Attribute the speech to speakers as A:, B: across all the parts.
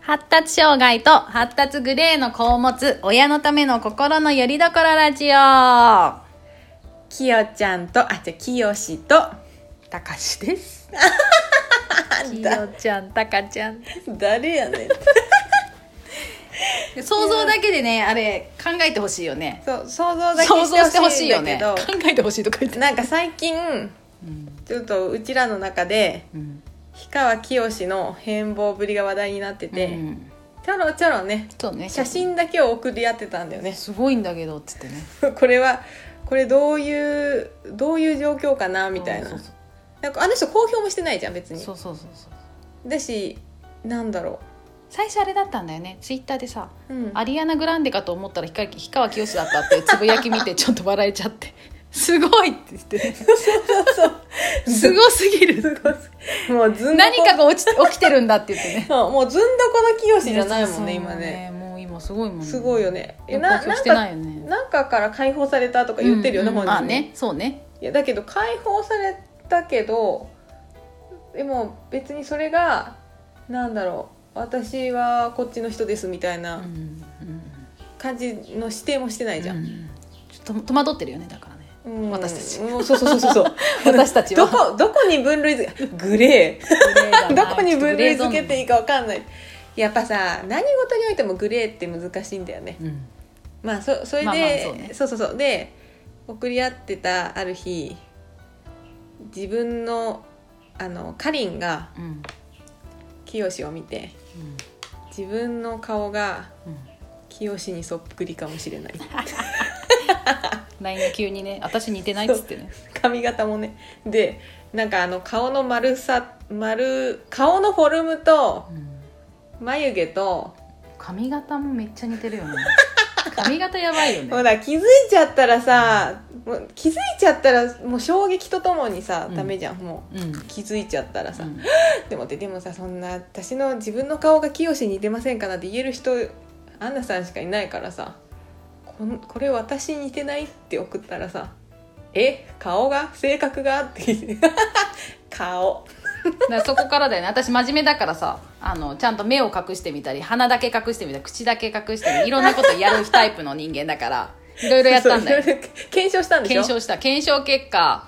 A: 発達障害と発達グレーの子を持つ親のための心のよりどころラジオ
B: きよちゃんとあじゃあきよしと
A: たかし です。きよちゃん、たかちゃん。
B: 誰やねん
A: 想像だけでね、あれ考えてほしいよね。
B: そう想像だけ
A: 想像してほしいよ
B: ん
A: ね。
B: だ
A: 考
B: け
A: えてほしいとか言っ
B: ど
A: て。
B: なんか最近ちょっとうちらの中で
A: うん
B: 氷川きよしの変貌ぶりが話題になってて、
A: うん
B: ちょろちょろね
A: そうね。
B: 写真だけを送り合ってたんだよね
A: すごいんだけどっつってね。
B: これはこれどういうどういう状況かなみたいな
A: そうそう
B: なんかあの人公表もしてないじゃん別に
A: そうそうそうそう。
B: だしなんだろ
A: 最初あれだったんだよね。ツイッターでさ、
B: う、うん、
A: アリアナグランデかと思ったら氷川氷川きよしだったってつぶやき見てちょっと笑えちゃって。 すごいって言って、ね、すごすぎる
B: もうずんどこ
A: 何かが落ち起きてるんだって言ってね
B: そうもうずんどこのきよしじゃないも
A: そ
B: ん
A: う
B: ね今ね
A: もう今すごいもんね
B: すごいよねえ
A: なん
B: な
A: か
B: なん
A: してな
B: か
A: いよね
B: なんかから解放されたとか言ってるよね、
A: うんうん
B: 本人
A: まあねそうね
B: いやだけど解放されたけどでも別にそれがなんだろう私はこっちの人ですみたい
A: うんう
B: なん感じの指定もしてないじゃ、
A: うんんちょっと戸惑ってるよねだからね
B: うん
A: 私たち
B: うんそうそうそ うそう
A: 私たちは
B: どこどこに分類づけグレーどこに分類づけてい
A: い
B: いか分かんないやっぱさ何事においてもグレーって難しいんだよね
A: うん
B: まあそそれで、
A: まあまあそうね
B: そうそうそうで送り合ってたある日自分のあのかりんが
A: うん
B: 清を見て自分の顔が清にそっくりかもしれない
A: LINE が急にね私似てないっつってね
B: 髪型もねでなんかあの顔の丸さ丸顔のフォルムと
A: うん
B: 眉毛と
A: 髪型もめっちゃ似てるよね 髪型やばいよね
B: ほら気づいちゃったらさもう気づいちゃったらもう衝撃とともにさ、
A: うん
B: ダメじゃんも
A: うんうん
B: う気づいちゃったらさ、でもってでもさそんな私の自分の顔が清に似てませんかなって言える人アンナさんしかいないからさこんこれ私に似てないって送ったらさ「え顔が性格が?」って聞いて 顔
A: だからそこからだよね私真面目だからさあのちゃんと目を隠してみたり鼻だけ隠してみたり口だけ隠してみたりいろんなことやるタイプの人間だからいろいろやったんだよ
B: そういろいろ検証したんでしょ
A: 検証した検証結果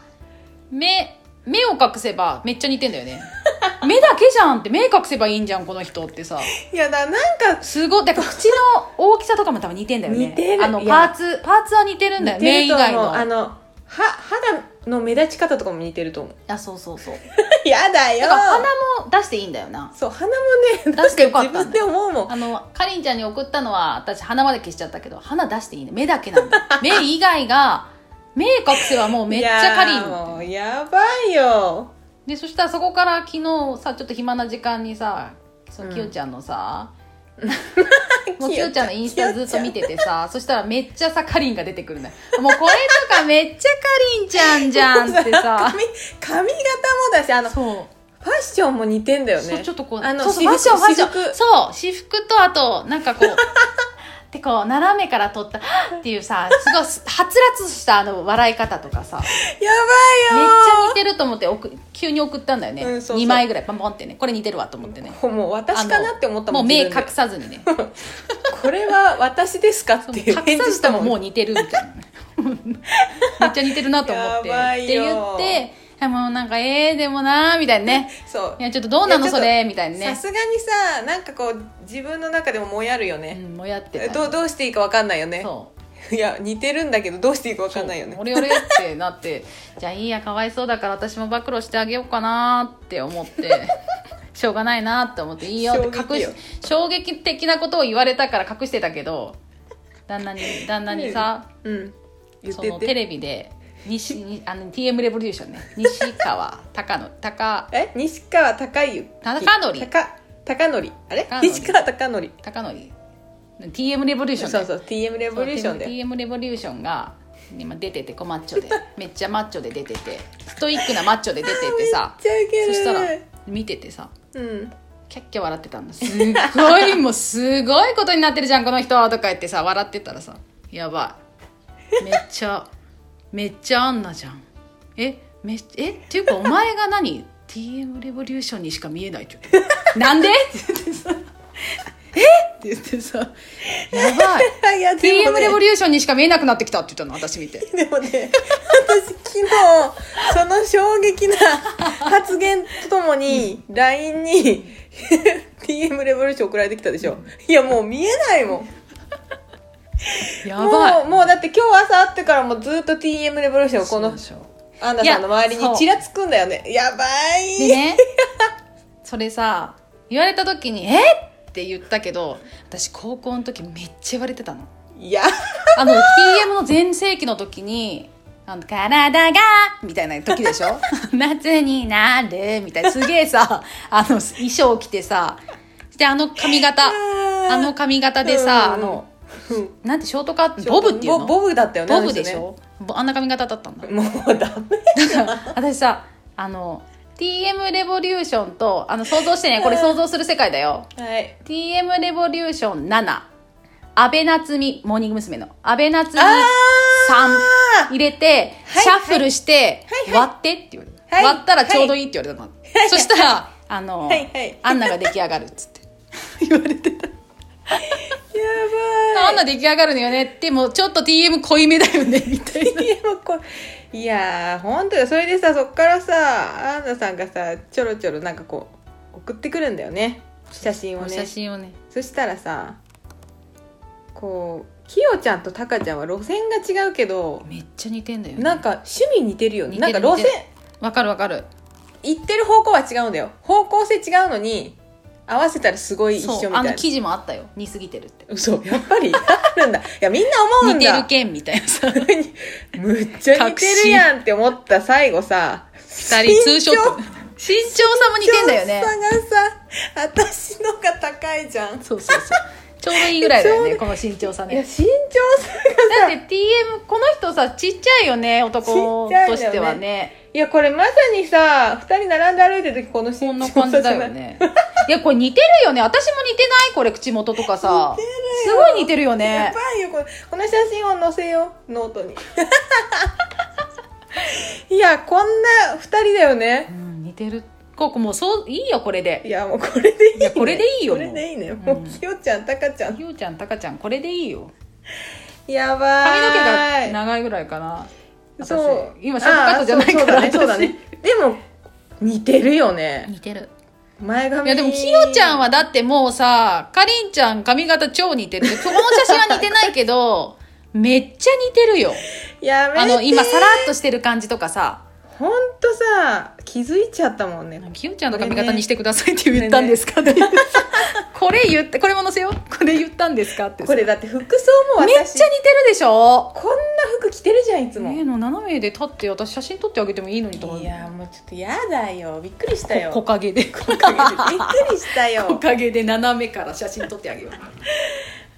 A: 目目を隠せばめっちゃ似てんだよね 目だけじゃんって目隠せばいいんじゃんこの人ってさ
B: いやだなんか
A: すごいだから口の大きさとかも多分似てんだよね
B: 似てる
A: あの
B: い
A: パ
B: や
A: ーツパーツは似てるんだよ
B: 似て
A: 目以
B: ると
A: 外
B: 思う
A: の
B: あのは肌の目立ち方とかも似てると 思う
A: あそうそうそう
B: やだよ
A: だから鼻も出していいんだよな
B: そう鼻もね
A: 出してよかった
B: なんか自分で思うもん
A: あのかりんちゃんに送ったのは私鼻まで消しちゃったけど鼻出していいね目だけなん だ目以外が目隠せばもうめっちゃかり
B: いや
A: ん
B: もうやばいよ
A: でそしたらそこから昨日さちょっと暇な時間にさそううんきよちゃんの さ、もう
B: き
A: き
B: よ
A: よちゃんのインスタずっと見ててさそしたらめっちゃさかりんが出てくるんだよもうこれとかめっちゃかりんちゃんじゃんってさ
B: 髪髪型もだしあのフ
A: そう
B: ァッションも似てんだよ
A: そう
B: ね
A: ちょっとこう
B: あの
A: そうそう
B: 私
A: ファッショ
B: 服
A: ンファッション
B: 私服
A: そう私服とあとなんかこう ってこう斜めから撮ったっていうさすごいはつらつしたあの笑い方とかさめっ
B: や
A: ち
B: ばいよ
A: ゃ似てると思って送急に送ったんだよね、
B: うんそうそう
A: 2枚ぐらいパンポンってねこれ似てるわと思ってね
B: こうもう私かなって思ったもん
A: もう目
B: 自
A: 隠
B: 分で
A: さずに ね
B: これは私ですかっていう
A: 隠
B: 返
A: さ
B: 事
A: ず
B: した
A: とも
B: もん
A: もう似てるみたいなめっちゃ 似てるなと思って
B: やば
A: っ
B: い
A: て
B: よ
A: 言ってあもうなんかええでもなーみたいなね
B: そう
A: いやちょっとどうないの
B: やち
A: そ
B: ょっと
A: れみたいな
B: さ
A: ね、
B: すがにさなんかこう自分の中でももやるよ
A: う
B: ね、
A: ん、もうやってた
B: どうどうしていいかわかんないよね
A: そう
B: いや似てるんだけどどうしていいかわかんないよね
A: そうオレオレってなって じゃあいいやかわいそうだから私も暴露してあげようかなって思って しょうがないなって思っていいよって
B: 衝
A: 隠
B: 撃
A: し
B: よ
A: 衝撃的なことを言われたから隠してたけど旦那に旦那にさ
B: うん言っ
A: そ
B: て
A: のテ
B: て
A: レビで西にあの TM レボリューションね西川 高野高
B: え西川高い
A: 高則
B: 高高則あれ
A: 高則
B: 西川高則
A: 高野 TM レボリューションだ
B: そ
A: よ
B: うそう TM レボリューションで
A: TM レボリューションが今出ててこうマッチョでめっちゃマッチョで出ててストイックなマッチョで出ててさ
B: めっちゃウケる
A: そしたら見ててさ
B: うん
A: キャッキャ笑ってたんだすっごいもうすごいことになってるじゃんこの人とか言ってさ笑ってたらさやばいめっちゃ めっちゃあんなじゃんえめえっていうかお前が何 TM レボリューションにしか見えないって言ってなんでって言ってさって言ってさやばい
B: い や
A: TM レボ
B: ね
A: リューションにしか見えなくなってきたって言ったの私見て
B: でもね私昨日その衝撃な発言とともに LINE に TM レボリューション送られてきたでしょいやもう見えないもん
A: やばい
B: もうもうだって今日朝会ってからもずっと TM レボリューションこ
A: そう
B: の
A: でしょ
B: アンナさんの周りにちらつくんだよねやば
A: で
B: い、
A: ねそれさ言われた時に「えっ!」て言ったけど私高校の時めっちゃ言われてたの
B: いや
A: あの TM の全盛期の時に「あの体が」みたいな時でしょ 「夏になる」みたいなすげえさあの衣装着てさであの髪型あの髪型でさあ
B: うん
A: の
B: うん
A: なんてショートカットボブっていうの
B: ボボブだったよね
A: ボブでし
B: あの
A: ょぼあんな髪型だったんだ
B: 人ねもうダメ
A: だから 私さあの TM レボリューションとあの想像してねこれ想像する世界だよ
B: はい
A: TM レボリューション7安倍夏実モーニング娘。の安倍夏実
B: あ
A: 3入れて、
B: はい
A: シャッフルして、
B: はいはい
A: 割ってって言われた、
B: はい
A: 割ったらちょうどいいって言われたの、
B: はい
A: そしたらあの、
B: はいはい
A: アンナが出来上がるっつって言われてた、
B: ーやばい
A: アンナ出来上がるのよねってもうちょっと TM 濃いめだよねみたい な
B: いやもうこいやー本当よそれでさそっからさアンナさんがさちょろちょろなんかこう送ってくるんだよね写真を
A: お
B: ね
A: 写真をね
B: そしたらさこうきよちゃんとタカちゃんは路線が違うけど
A: めっちゃ似てんだよね
B: なんか趣味似てるよね
A: 似てる
B: なんか路
A: 似て
B: 線
A: るわかるわかる
B: 行ってる方向は違うんだよ方向性違うのに合わせたらすごい一緒み
A: そう
B: た
A: あ
B: いな
A: の記事もあったよ似すぎてるって
B: 嘘やっぱりあるんだいやみんな思
A: 似
B: うん
A: てる
B: だ
A: けんみたいなさ
B: むっちゃ似てるやんって思った最後さ
A: 二人ツーショット身長差も似てんだよね
B: 長さがさ私のが高いじゃん
A: そうそうそう ちょうどいいぐらいだよ
B: ちょ
A: ね
B: う
A: この身長差
B: いや
A: ね
B: 身長さ
A: だって TM この人さちっちゃいよね男としてはね
B: いやこれまさにさ二人並んで歩いてる時この身
A: こんな
B: 長
A: 感
B: 差
A: じ
B: じ
A: だ
B: ゃな
A: よ
B: い
A: ねいやこれ似てるよね私も似てないこれ口元とかさすごい似てるよ
B: や
A: ね
B: ばいよこれこの写真を載せようノートに いやこんな二人だよね
A: うん似てるここもうそういいよこれで
B: いやもうこれでいい,、ね、
A: いやこれでいいよ
B: これでいいね
A: もう
B: もう
A: うん
B: きよちゃんたかちゃん
A: ひよちゃんたかちゃんこれでいいよ
B: やば
A: 髪の毛
B: ー
A: が
B: い
A: 長いぐらいかな私
B: そう
A: 今ショートカットじゃないから
B: あーそうそうだねそうだねでも似てるよね
A: 似てる
B: 前髪
A: いやでもひよちゃん
B: は
A: はだってもうさかりんちゃん髪型超似てるこの写真は似てないけど めっちゃ似てるよ
B: やめて
A: あの今さらっとしてる感じとかさ
B: ほんとさ気づいちゃったもんね
A: ひよちゃんの髪型にしてくださいって言ったんですかって言ってさ これ言ってこれも載せようこれ言ったんですかってさ
B: これだって服装も
A: めっ
B: 私
A: ちゃ似てるでしょ
B: こんな服着てるじゃんいつも、
A: ねえの斜めで立って私写真撮ってあげてもいいのにと思う
B: いやもうちょっとやだよびっくりしたよ
A: 木陰で
B: 木陰でびっくりした
A: 木
B: よ
A: 陰で斜めから写真撮ってあげよう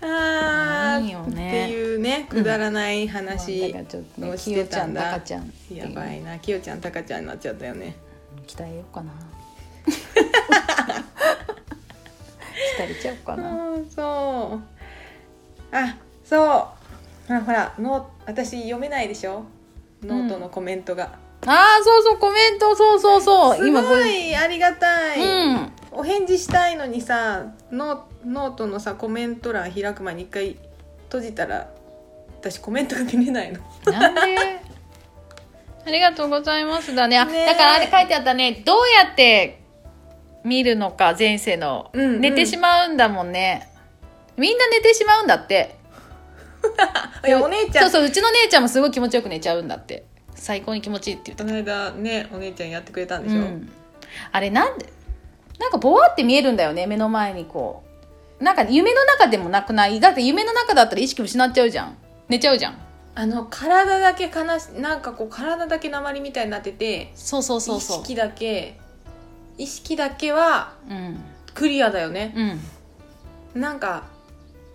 B: あー
A: いいよね
B: っていうねくだらない話、
A: だからちょっと
B: も
A: ね
B: う
A: ひ
B: して
A: よち
B: た
A: ゃ
B: ん
A: ん
B: だ
A: たかちゃんっていう
B: やばいなきよちゃんたかちゃんになっちゃったよね
A: 鍛えようかな鍛えちゃおうかな
B: うんそうあそうほらほらノー私読めないでしょノートのコメントが、
A: あーそうそうコメントそうそうそう
B: す
A: 今こ
B: ご
A: れ
B: いありがたい、
A: うん
B: お返事したいのにさノノートのさコメント欄開く前に一回閉じたら私コメントが見れないの
A: なんでありがとうございますだねあ
B: ねえ
A: だからあれ書いてあったねどうやって見るのか前世の、
B: うんうん
A: 寝てしまうんだもんねみんな寝てしまうんだって
B: いやお姉ちゃん
A: そうそううちの姉ちゃんもすごい気持ちよく寝ちゃうんだって最高に気持ちいいって言ってた
B: この間ねお姉ちゃんやってくれたんでしょ、
A: うん、あれなんでなんかぼわって見えるんだよね目の前にこうなんか夢の中でもなくないだって夢の中だったら意識失っちゃうじゃん寝ちゃうじゃん
B: あの体だけ悲しなんかこう体だけ鉛みたいになってて
A: そうそうそうそう
B: 意識だけ意識だけは
A: うん
B: クリアだよね、
A: うん
B: なんか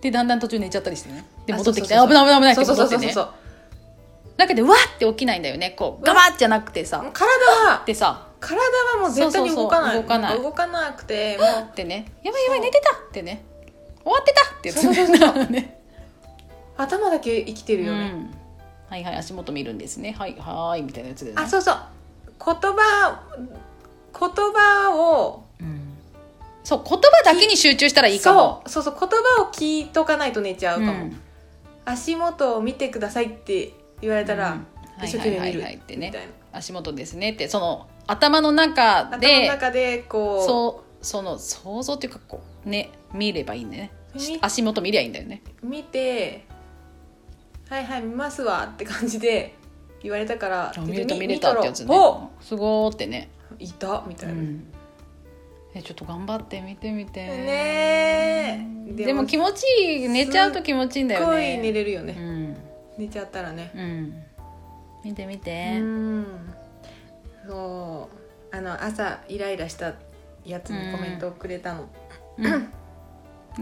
A: でだんだん途中寝ちゃったりしてねで
B: あ
A: 戻ってきて
B: そうそうそう
A: 危ない危ない危ないっ
B: そう
A: て
B: そうそ
A: 戻
B: う
A: って
B: そう
A: ね
B: そう
A: だけどわって起きないんだよねこうガバッじゃなくてさ
B: 体は
A: でさ
B: 体はもう絶対に動かない
A: そうそうそう動かない
B: ん動かなくてもう
A: ってねやばい
B: そ
A: や
B: う
A: ばい寝てたってね終わってたって
B: そうそうそう
A: そう ね
B: 頭だけ生きて
A: う
B: るよね、
A: んはいはい足元見るんですねはいはーいみたいなやつでね
B: あそうそう言葉言葉を
A: うんそう言葉だけに集中したらいいかも
B: そうそうそう言葉を聞いとかないと寝ちゃうかも、
A: うん
B: 足元を見てくださいって言われたら、
A: うん
B: 一生懸命
A: はい
B: 見
A: はいはい
B: る
A: はいって
B: み
A: ね
B: たいな
A: 足元ですねってその頭の中
B: 頭の
A: で
B: 中でこう
A: そうその想像っていうかこうね見ればいいんだよね
B: み
A: 足元見りゃいいんだよね
B: 見て「はいはい見ますわ」って感じで言われたから
A: あ
B: で
A: 見れた
B: み
A: 見れたってやつ
B: 見た
A: ね
B: らお
A: すごーってね、
B: いたみた
A: う
B: いな、
A: ん、えちょっと頑張って見てみて
B: ねえ
A: でも気持ちいい寝ちゃうと気持ちいいんだ
B: すっ
A: よ
B: ご
A: ね
B: い寝れるよね、
A: うん、
B: 寝ちゃったらね
A: うん、見て見
B: う
A: て、
B: んそうあの朝イライラしたやつにコメントをくれたの、
A: うん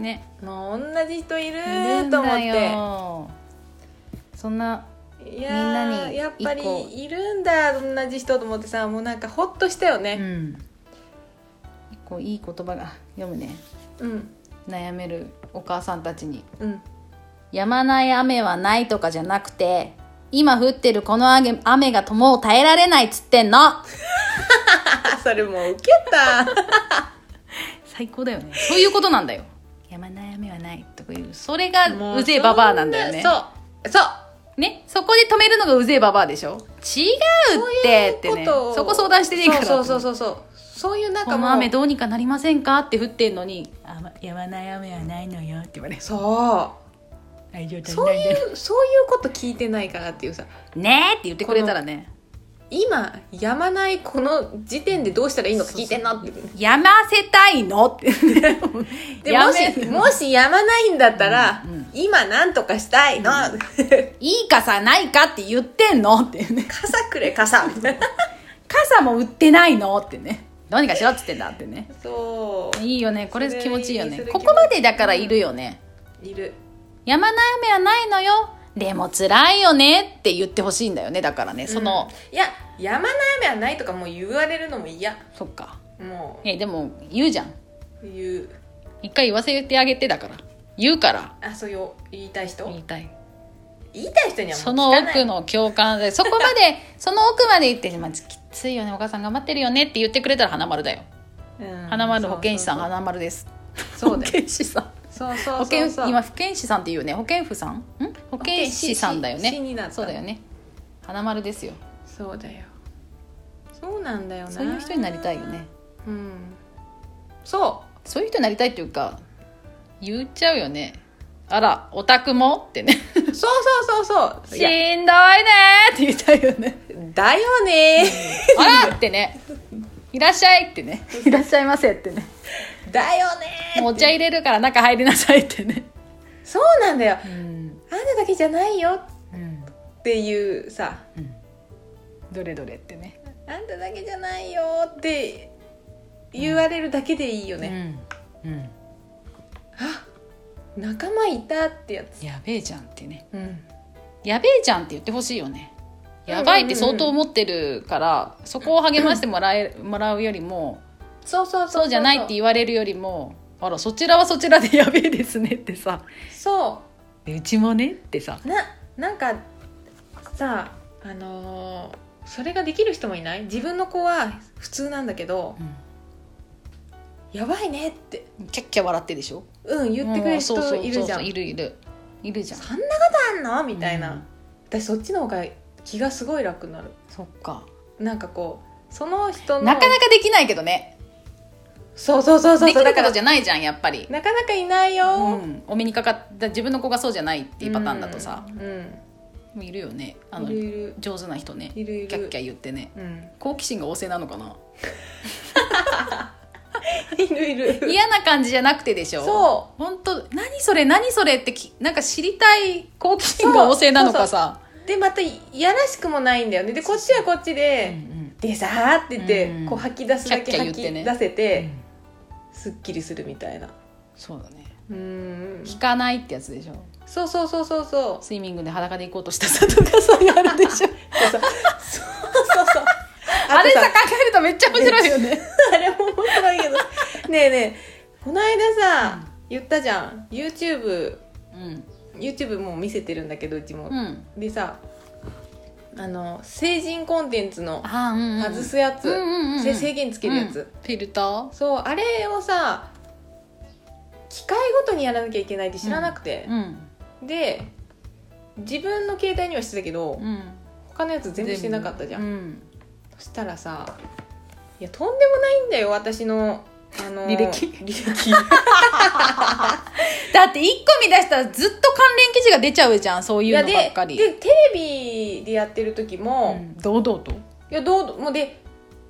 A: ね
B: もう同じ人いる
A: 寝るん
B: と思っ
A: だ
B: て
A: よそんない
B: や
A: みんな
B: ー
A: に
B: やっぱ
A: 一個
B: りいるんだ同じ人と思ってさもうなんかホッとしたよ
A: う
B: ね、
A: ん一個いい言葉が読むね
B: うん、
A: 悩めるお母さんたちに
B: うん
A: 「やまない雨はない」とかじゃなくて「今降ってるこの雨雨がともう耐えられない」っつってんの
B: あそれもうウケ た
A: 最高だよねそういうことなんだよ「やまない雨はない」とかいうそれが
B: も
A: うぜえババアなんだよね
B: そうそう
A: ねそこで止めるのがうぜえババアでしょ違うってってね
B: ことを
A: そこ相談してねえから
B: そうそうそうそうそうそういうなんか
A: こ
B: もう
A: の雨どうにかなりませんかって降ってんのに「あまやまない雨はないのよ」って言われる
B: そ
A: 愛情
B: う
A: 足り
B: そう
A: ない
B: い
A: ね
B: うそういうこと聞いてないからっていうさ
A: ねえって言ってくれたらね
B: 今やまないこの時点でどうしたらいいのか聞いてんなって
A: 「やませたいの」 って
B: でもし
A: やめ
B: もしやまないんだったら、
A: うんうん
B: 今なんとかしたいの、
A: いい傘ないかって言ってんのっていうね
B: 傘くれ傘みたいな
A: 傘も売ってないのってねどうにかしろっつってんだってね
B: そ
A: いいよねこれ
B: それ
A: 気持ちいいよね
B: それ気
A: こ
B: 持ちいい
A: こまでだからいるよね、
B: ういる
A: やまない雨はないのよでも辛いよねって言ってほしいんだよねだからねその、
B: いややまない雨はないとかもう言われるのも嫌
A: そっか
B: も
A: えでも言うじゃん
B: う言う
A: 一回言わせてあげてだから言うから
B: あそうよ言いたい人
A: 言いたい
B: 言いたい人にはもう
A: その
B: 聞かない
A: 奥の共感でそこま でその奥まで行って、まあ、きついよねお母さん頑張ってるよねって言ってくれたら花丸だよ
B: うん
A: 花丸保健師さん
B: そう
A: 花丸です
B: そうそう
A: 保健師さん
B: そうそう
A: 保健
B: そうそう
A: 今保健師さんって言うね保健婦さんん保健師さんだよ
B: 保健師師になっ
A: ね
B: た
A: そうだよね花丸ですよ
B: そうだよそうなんだよな
A: そういう人になりたいよね
B: うんそ
A: そういう人になりたいっていうか言っちゃうよねあらオタクもってね
B: うそうそうそうそう
A: しん どいね
B: いや
A: ーって言いたいよね
B: だよね
A: あらってねいらっしゃいってねいらっしゃいませってね
B: だよね
A: もうお茶入れるから中入りなさいってね
B: そうなんだよ
A: うん、
B: あんただけじゃないよ
A: うん、
B: っていうさ
A: どれどれってね
B: あんただけじゃないよって言われるだけでいいよね、
A: うんうん、
B: 仲間いたってやつ
A: やべえじゃんってね
B: うん
A: やべえじゃんって言ってほしいよねやばいって相当思ってるから、そこを励ましてもらえもらうよりも
B: そうそうそ
A: そ
B: う
A: うじゃないって言われるよりもあらそちらはそちらでやべえですねってさ
B: そう
A: でうちもねってさ
B: ななんかさあのーそれができる人もいない自分の子は普通なんだけど「やばいね」って
A: キャッキャ笑ってでしょ
B: うん言ってくれる
A: もうそう
B: 人
A: そう
B: いるじゃ
A: そうそうんいるいるいるじゃん
B: そんなことあんのみたいな、
A: うん
B: 私そっちの方が気がすごい楽になる
A: そっか
B: なんかこうその人の
A: なかなかできないけどね
B: そうそうそうそう
A: でき
B: だ
A: るこ
B: か
A: と
B: ら
A: じゃないじゃんやっぱり、
B: なかなかいないよ、
A: うん、お目にかかった自分の子がそうじゃないっていうパターンだとさ
B: う、ん、うん
A: もういるよねあの
B: いるいる
A: 上手な人ね
B: いるいる
A: キャッキャ言ってね
B: うん、
A: 好奇心が旺盛なのかない
B: るいる
A: 嫌な感じじゃなくてでしょ
B: そう
A: 本当何それ何それってきなんか知りたい好奇心が旺盛なのかさ
B: うでまたいやらしくもないんだよねでこっちはこっちで、
A: うん
B: でさーって言って、
A: うん
B: こう吐き出すだ
A: キ
B: け
A: ャッキャ言
B: 吐
A: っ
B: き
A: てね
B: 出せ
A: う
B: て、
A: ん
B: すっきりするみたいな
A: そうだね
B: うん
A: 聞かないってやつでしょ
B: そうそうそうそうそう
A: スイミングで裸で行こうとしたさとかそういうあるでしょ
B: そうそうそうそう
A: あれ
B: と
A: さ考えるとめっちゃ面白いよ ね
B: あれも面白いけどねえねえこの間さ、言ったじゃん YouTubeYouTube
A: うん
B: も見せてるんだけどうちも、
A: うん
B: でさあの成人コンテンツの
A: あうん、うん、
B: 外すや
A: う
B: つ、
A: んうんうん
B: せ制限つけるやつ、
A: うんフィルター
B: そうあれをさ機械ごとにやらなきゃいけないって知らなくて、
A: うん
B: で自分の携帯にはしてたけど、
A: うん
B: 他のやつ全部してなかったじゃん、
A: うん、
B: そしたらさいやとんでもないんだよ私のあの
A: 履歴
B: 履 歴
A: だって一個見出したらずっと関連記事が出ちゃうじゃんそう
B: い
A: い
B: や
A: うのばっ
B: で
A: かり
B: でテレビでやってる時
A: う
B: も、
A: ん、堂々と、
B: いやどうもうで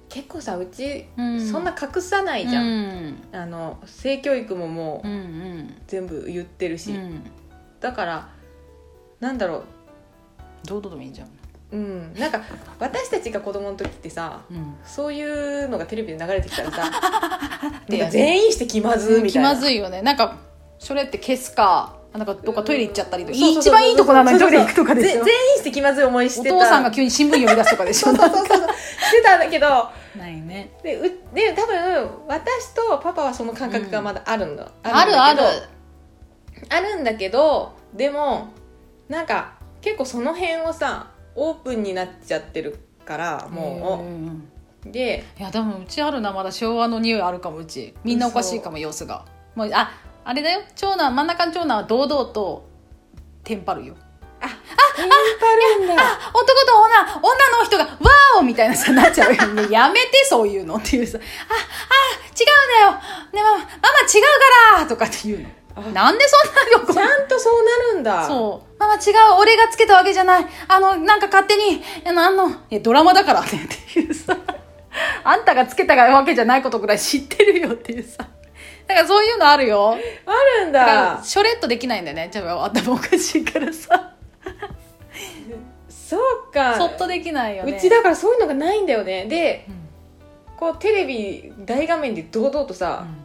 B: 結構さうち、
A: うん
B: そんな隠さないじゃ、
A: うんん
B: あの性教育もも
A: う
B: うん
A: うん
B: 全部言ってるし、
A: うん
B: だからなんだろ
A: 堂々ともいいじゃん、
B: ううんなんか私たちが子供の時ってさ
A: うん、
B: そういうのがテレビで流れてきた らさ
A: てやる
B: 全員して気まずみ
A: 気
B: たいな
A: まずいよねなんかそれって消すかなんかどっかトイレ行っちゃったりとか
B: そうそう
A: 一
B: そう
A: 番いいとこなのに
B: そ
A: ト
B: う
A: イ
B: そう
A: レ
B: そ
A: 行
B: う
A: くとかでしょ
B: ぜ全員して気まずい思いし
A: お
B: てた
A: 父さんが急に新聞読み出すとかでし
B: そ
A: ょ
B: うそうそうそうしてたんだけど
A: ないね
B: でうで多分私とパパはその感覚がまだあるの、
A: ある
B: んだ
A: あ
B: け
A: る
B: どあるんだけどでもなんか結構その辺をさオープンになっちゃってるから
A: う
B: も
A: んうんうん
B: うで
A: いやでもうちあるなまだ昭和の匂いあるかもうちみんなおかしいかも様子がもうああれだよ長男真ん中の長男は堂々とテンパるよ
B: テンパるんだ
A: 男と女女の人が「わーお!」みたいなさなっちゃうよねやめてそういうのっていうさ「ああ違うんだよ、ね、ママママ違うから!」とかっていう
B: あ
A: のなんで そんなに怒る
B: ちゃんとそうなるんだ
A: そう。ママ違う。俺がつけたわけじゃない。あの、なんか勝手に、あの、あの、いや、ドラマだからねっていうさ。あんたがつけたわけじゃないことぐらい知ってるよっていうさ。だからそういうのあるよ。
B: あるん
A: だから、
B: だ
A: しょれっとできないんだよね。ちょっと頭おかしいからさ。
B: そうか
A: そっとできないよね。
B: うちだからそういうのがないんだよねで
A: うん、
B: こうテレビ大画面で堂々
A: う
B: とさ、
A: ん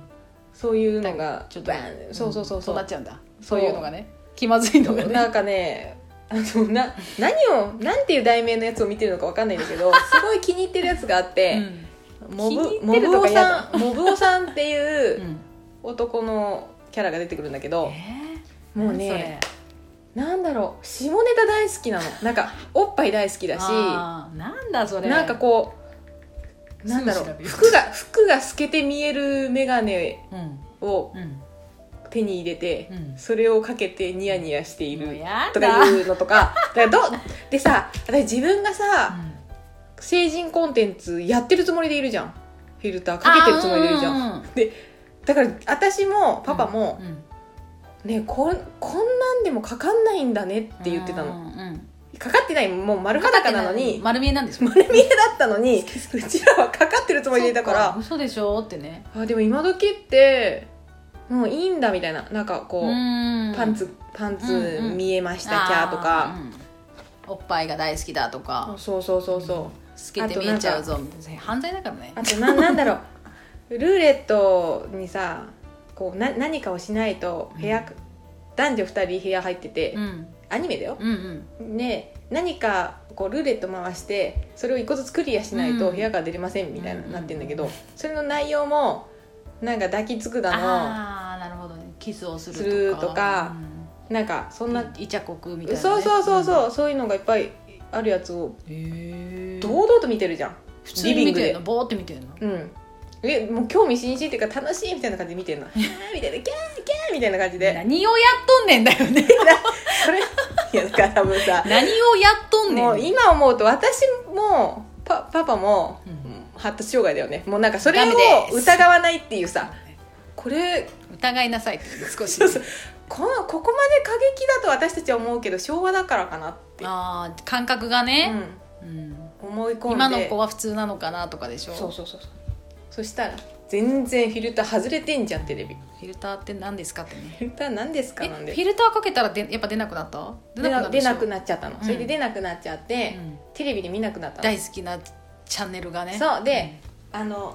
B: そういうのが
A: ちょっと
B: バーンそうそうそうそ
A: そう
B: う
A: なっちゃうんだ。
B: そ
A: そうういうのがね。気まずいのがね。
B: なんかねあのな何をなんていう題名のやつを見てるのかわかんないん だけどすごい気に入ってるやつがあって、モ
A: 気に入
B: ブ
A: っ
B: モ
A: てる
B: ブ
A: と
B: オ
A: か嫌だ。
B: さんモブオさんっていううん男のキャラが出てくるんだけど、
A: えー
B: もう
A: 何そ
B: ね
A: れ
B: なんだろう下ネタ大好きなのなんかおっぱい大好きだし
A: あーなんだそれ。
B: なんかこうなんだろ
A: すぐ調
B: う
A: べよう
B: 服が服が透けて見える眼鏡
A: うん。
B: を
A: うん。
B: 手に入れて、
A: うん
B: それをかけてニヤニヤしてい
A: もう
B: る
A: やだ
B: とかいうのとかだからどでさ私自分がさ成人コンテンツやってるつもりでいるじゃんフィルターかけてるつもりでいるじゃん
A: ん。
B: だから私もパパも
A: うんうん
B: 「ねこんこんなんでもかかんないんだね」って言ってた
A: う
B: の
A: んうん
B: かかってないもう丸裸なのに
A: 丸見えなんでしょ。
B: 丸見えだったのにうちらはかかってるつもりでいたから
A: そう嘘でしょってね。
B: あでも今時ってもういいんだみたいななんかこう、パ
A: パ
B: ンツパンツ
A: うんうん
B: 見えましたキャーとか、。
A: おっぱいが大好きだとか、
B: そうそうそうそう
A: 透けて見えちゃうぞみたいな。犯罪だからね
B: あ。とななんだろうルーレットにさこうな何かをしないと部屋、男女2人部屋入ってて、
A: うん
B: アニメだよ、
A: うんうん。
B: ね何かこうルーレット回してそれを一個ずつクリアしないと部屋から出れませんみたいな、
A: うん
B: なってんだけどそれの内容もなんか抱きつくだの
A: ああなるほどね。キスをす
B: す
A: る
B: る
A: とか。
B: とかなんかそ
A: うんん。
B: な、
A: いイチャコクみたいなね。
B: そうそうそうそう、そういうのがいっぱいあるやつを
A: うん。へえ。
B: 堂々と見てるじゃん、
A: 普通に見て
B: リビン
A: る
B: グ
A: の、ぼーって見てるの。
B: うん、えもう興味津々っていうか楽しいみたいな感じで見 てんのキャーみたいなキャーキャーみたいな感じで
A: 何をやっとんねんだよ ね。
B: それいやだから多分さ
A: 何をやっとんねん。
B: もう今思うと私もパパパも、
A: うん
B: 発達障害だよねもうなんかそれを
A: ダメです
B: 疑わないっていうさこれ
A: 疑いなさいって少し
B: そうそうこのここまで過激だと私たちは思うけど昭和だからかなって、
A: あー感覚がね、うん
B: うん、思い込んで
A: 今の子は普通なのかなとかでしょ
B: そうそうそうそうそしたら全然フィルター外れてんじゃんテレビ
A: フィルターって何ですかってね
B: フィルター何ですか
A: え
B: なんで
A: フィルターかけたらでやっぱ出なくなった
B: 出な出なく
A: な
B: なっちゃったの、
A: うん
B: それで出なくなっちゃって、
A: うん
B: テレビで見なくなったの
A: 大好きなチャンネルがね
B: そうで、あの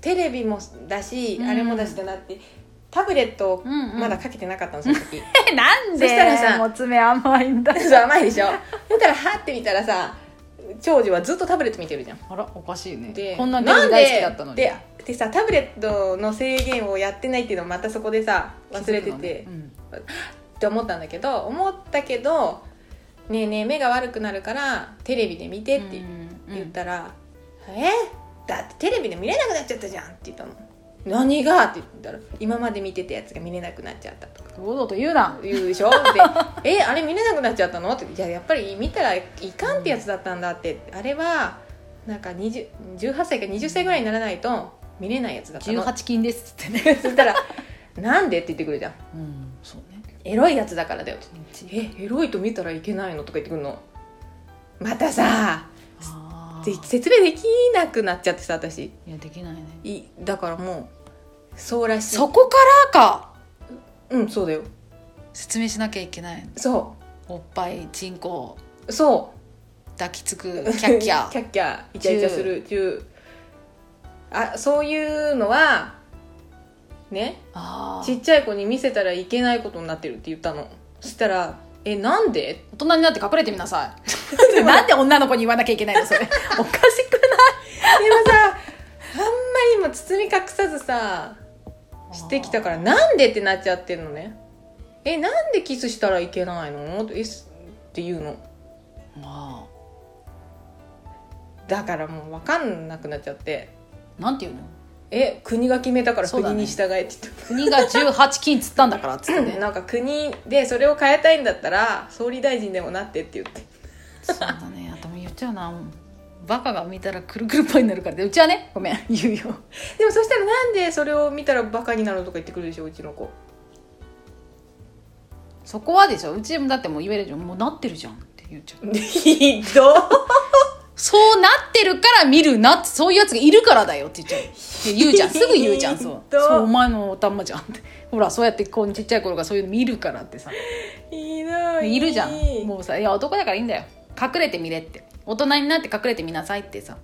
B: テレビもだし、
A: うん
B: あれもだしだなってタブレットを
A: うんうん
B: まだかけてなかったのその時、
A: えなんで
B: そしたらさ
A: もう爪甘いんだ
B: そう甘いでし ょだからはって見たらさ長女はずっとタブレット見てるじゃん
A: あらおかしいね
B: で
A: こんなにテレビ大好きだったのに
B: なんでででさタブレットの制限をやってないっていうのをまたそこでさ忘れて
A: 気づ
B: て、
A: くのね
B: って思ったんだけど思ったけど「ねえねえ目が悪くなるからテレビで見て」って言ったら「えだってテレビで見れなくなっちゃったじゃん」って言ったの「何が?」って言ったら「今まで見てたやつが見れなくなっちゃった」とか
A: 堂々と言うな
B: 言うでしょで「えあれ見れなくなっちゃったの?」って「じゃあやっぱり見たらいかんってやつだったんだ」ってあれはなんか20 18歳か20歳ぐらいにならないと見れないやつだったの
A: 18禁ですっつってね、
B: そしたら「なんで?」って言ってくるじゃん
A: うん、そうね
B: 「エロいやつだからだよ」えエロいと見たらいけないの?」とか言ってくるのまたさ
A: あ
B: で
A: ー
B: 説明できなくなっちゃってさ私
A: いやできないね
B: いだからもうそうらしい
A: そこからか
B: うんそうだよ
A: 説明しなきゃいけない
B: そ
A: おっぱいチンコ
B: うそ
A: 抱きつく
B: う
A: キャッキャ
B: キャッキャイチャイチャする中あそういうのはね
A: あ
B: ち
A: ー
B: っちゃい子に見せたらいけないことになってるって言ったのそしたら「えなんで?
A: 大人になって隠れてみなさい なんで女の子に言わなきゃいけないのそれおかしくない」
B: でもさあんまり今包み隠さずさしてきたからなんでってなっちゃってるのねえなんでキスしたらいけないのえすって言うの
A: ま
B: だからもう分かんなくなっちゃって
A: あなんていうの
B: え国が決めたから
A: そう
B: 国
A: だね
B: に従えって言って
A: 国が18金っつったんだからっつって
B: で
A: ね
B: なんか国でそれを変えたいんだったら総理大臣でもなってって言って
A: そうだね頭言っちゃうなバカが見たらくるくるっぽいになるからでうちはねごめん言うよ
B: でもそしたらなんでそれを見たらバカになるのとか言ってくるでしょうちの 子
A: そこはでしょうちもだってもう言えるじゃんもうなってるじゃんって言っちゃう
B: ひど
A: そうなってるから見るなってそういうやつがいるからだよって言っちゃうって言う じゃんすぐ言うじゃんそう
B: ひどい
A: そうお前のおたんまじゃんってほらそうやってこうちっちゃい頃からそういうの見るからってさ
B: ひどい
A: いるじゃんもうさいや男だからいいんだよ隠れてみれって大人になって隠れてみなさいってさ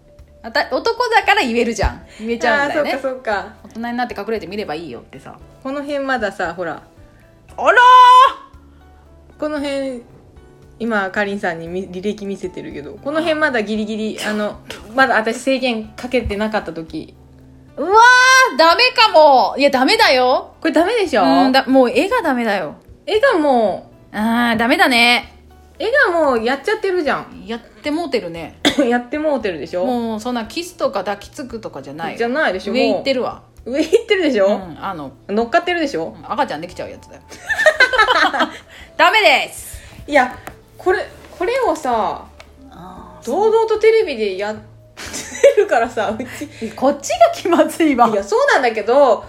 A: あた男だから言えるじゃん言えちゃうんだよ
B: あー
A: ね
B: そうかそうか
A: 大人になって隠れてみればいいよってさ
B: この辺まださほら
A: あら
B: この辺今かりんさんにみ履歴見せてるけどこの辺まだギリギリあのまだ私制限かけてなかった時
A: ーうわーダメかもいやダメだよ
B: これダメでしょ、
A: うんだもう絵がダメだよ
B: 絵がも
A: あーダメだね
B: う絵がもうやっちゃってるじゃん
A: やってもうてるね
B: やってもうてるでしょ
A: もうそんなキスとか抱きつくとかじゃない
B: じゃないでしょ
A: 上行って
B: る
A: るわ、
B: 上行ってるでし
A: う
B: ょ、
A: ん、あの
B: 乗っかってるでしょ
A: 赤ちゃんできちゃうやつだよダメです
B: いやこれこれをさ堂々とテレビでやってるからさうち
A: こっちが気まずいわ
B: いやそうなんだけど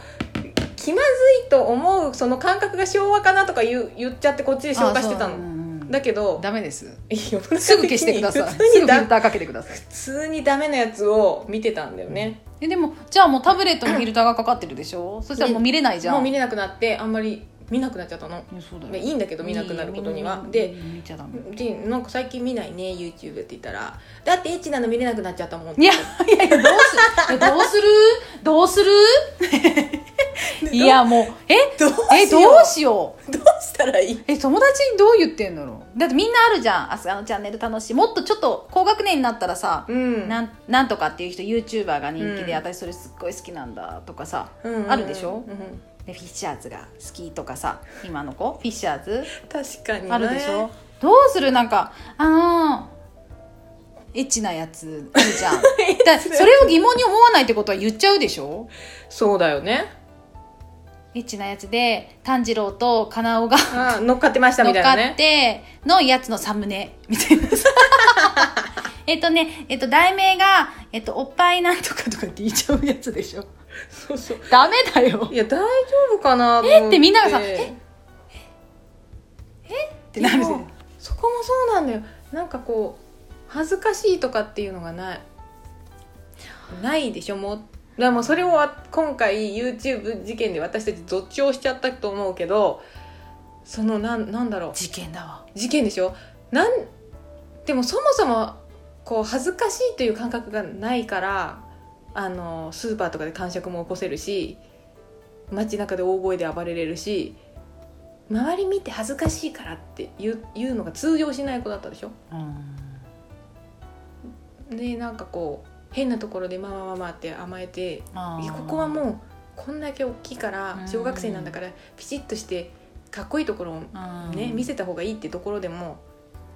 B: 気まずいと思うその感覚が昭和かなとか言う言っちゃってこっちで消化してた
A: あそうう
B: の
A: んうん
B: だけど
A: ダメです
B: 世の中的に
A: すぐ消してください
B: 普
A: す
B: 通
A: ぐ
B: に
A: フ
B: だ
A: ィルターかけてください
B: 普通にダメなやつを見てたんだよね
A: えでもじゃあもうタブレットにフィルターがかかってるでしょそしたらもう見れないじゃん
B: もう見れなくなってあんまり見なくなっちゃったの
A: いやそうだよ
B: まあいいんだけど見なくなることには
A: 見
B: で
A: 見見ちゃダメ
B: でなんか最近見ないね YouTube って言ったら「だってエッチなの見れなくなっちゃったもん」
A: いやいやいやどうするえどうするどうす るいやもうえ
B: どうしよう
A: えどうしよう
B: どうしたらいい
A: え友達にどう言ってんだろうだってみんなあるじゃんあすあのチャンネル楽しいもっとちょっと高学年になったらさ、
B: うん
A: なんなんとかっていう人 YouTuber が人気で、
B: うん
A: 私それすっごい好きなんだとかさ、
B: うんうんうん
A: あるでしょ
B: うん
A: でフィッシャーズが好きとかさ今の子フィッシャーズ
B: 確かにね
A: あるでしょ、どうするなんかあのエッチなやつあるじゃ んだそれを疑問に思わないってことは言っちゃうでしょ
B: そうだよね
A: エッチなやつで炭治郎とカナオが
B: あー乗っかってました
A: 乗
B: み
A: ったか
B: いな
A: っ
B: ね
A: てのやつのサムネみたいな さえっとねえっと題名が、えっと「おっぱいなんとか」とかって言っちゃうやつでしょ
B: そうそう
A: ダメだよ
B: いや大丈夫かなと思
A: えってみんながさええ
B: って
A: なる
B: でもそこもそうなんだよなんかこう恥ずかしいとかっていうのがないないでしょもうだからもうそれをわ今回 YouTube 事件で私たちどっちをしちゃったと思うけどそのなんなんだろう
A: 事件だわ
B: 事件でしょなんでもそもそもこう恥ずかしいという感覚がないからあのスーパーとかで感触も起こせるし街中で大声で暴れれるし周り見て恥ずかしいからって言う言うのが通用しない子だったでしょでなんかこう変なところで「まあまあまあまあ」って甘えて
A: あー
B: いやここはもうこんだけ大きいから
A: うん
B: 小学生なんだからピチッとしてかっこいいところを
A: うん
B: ね、見せた方がいいってところでも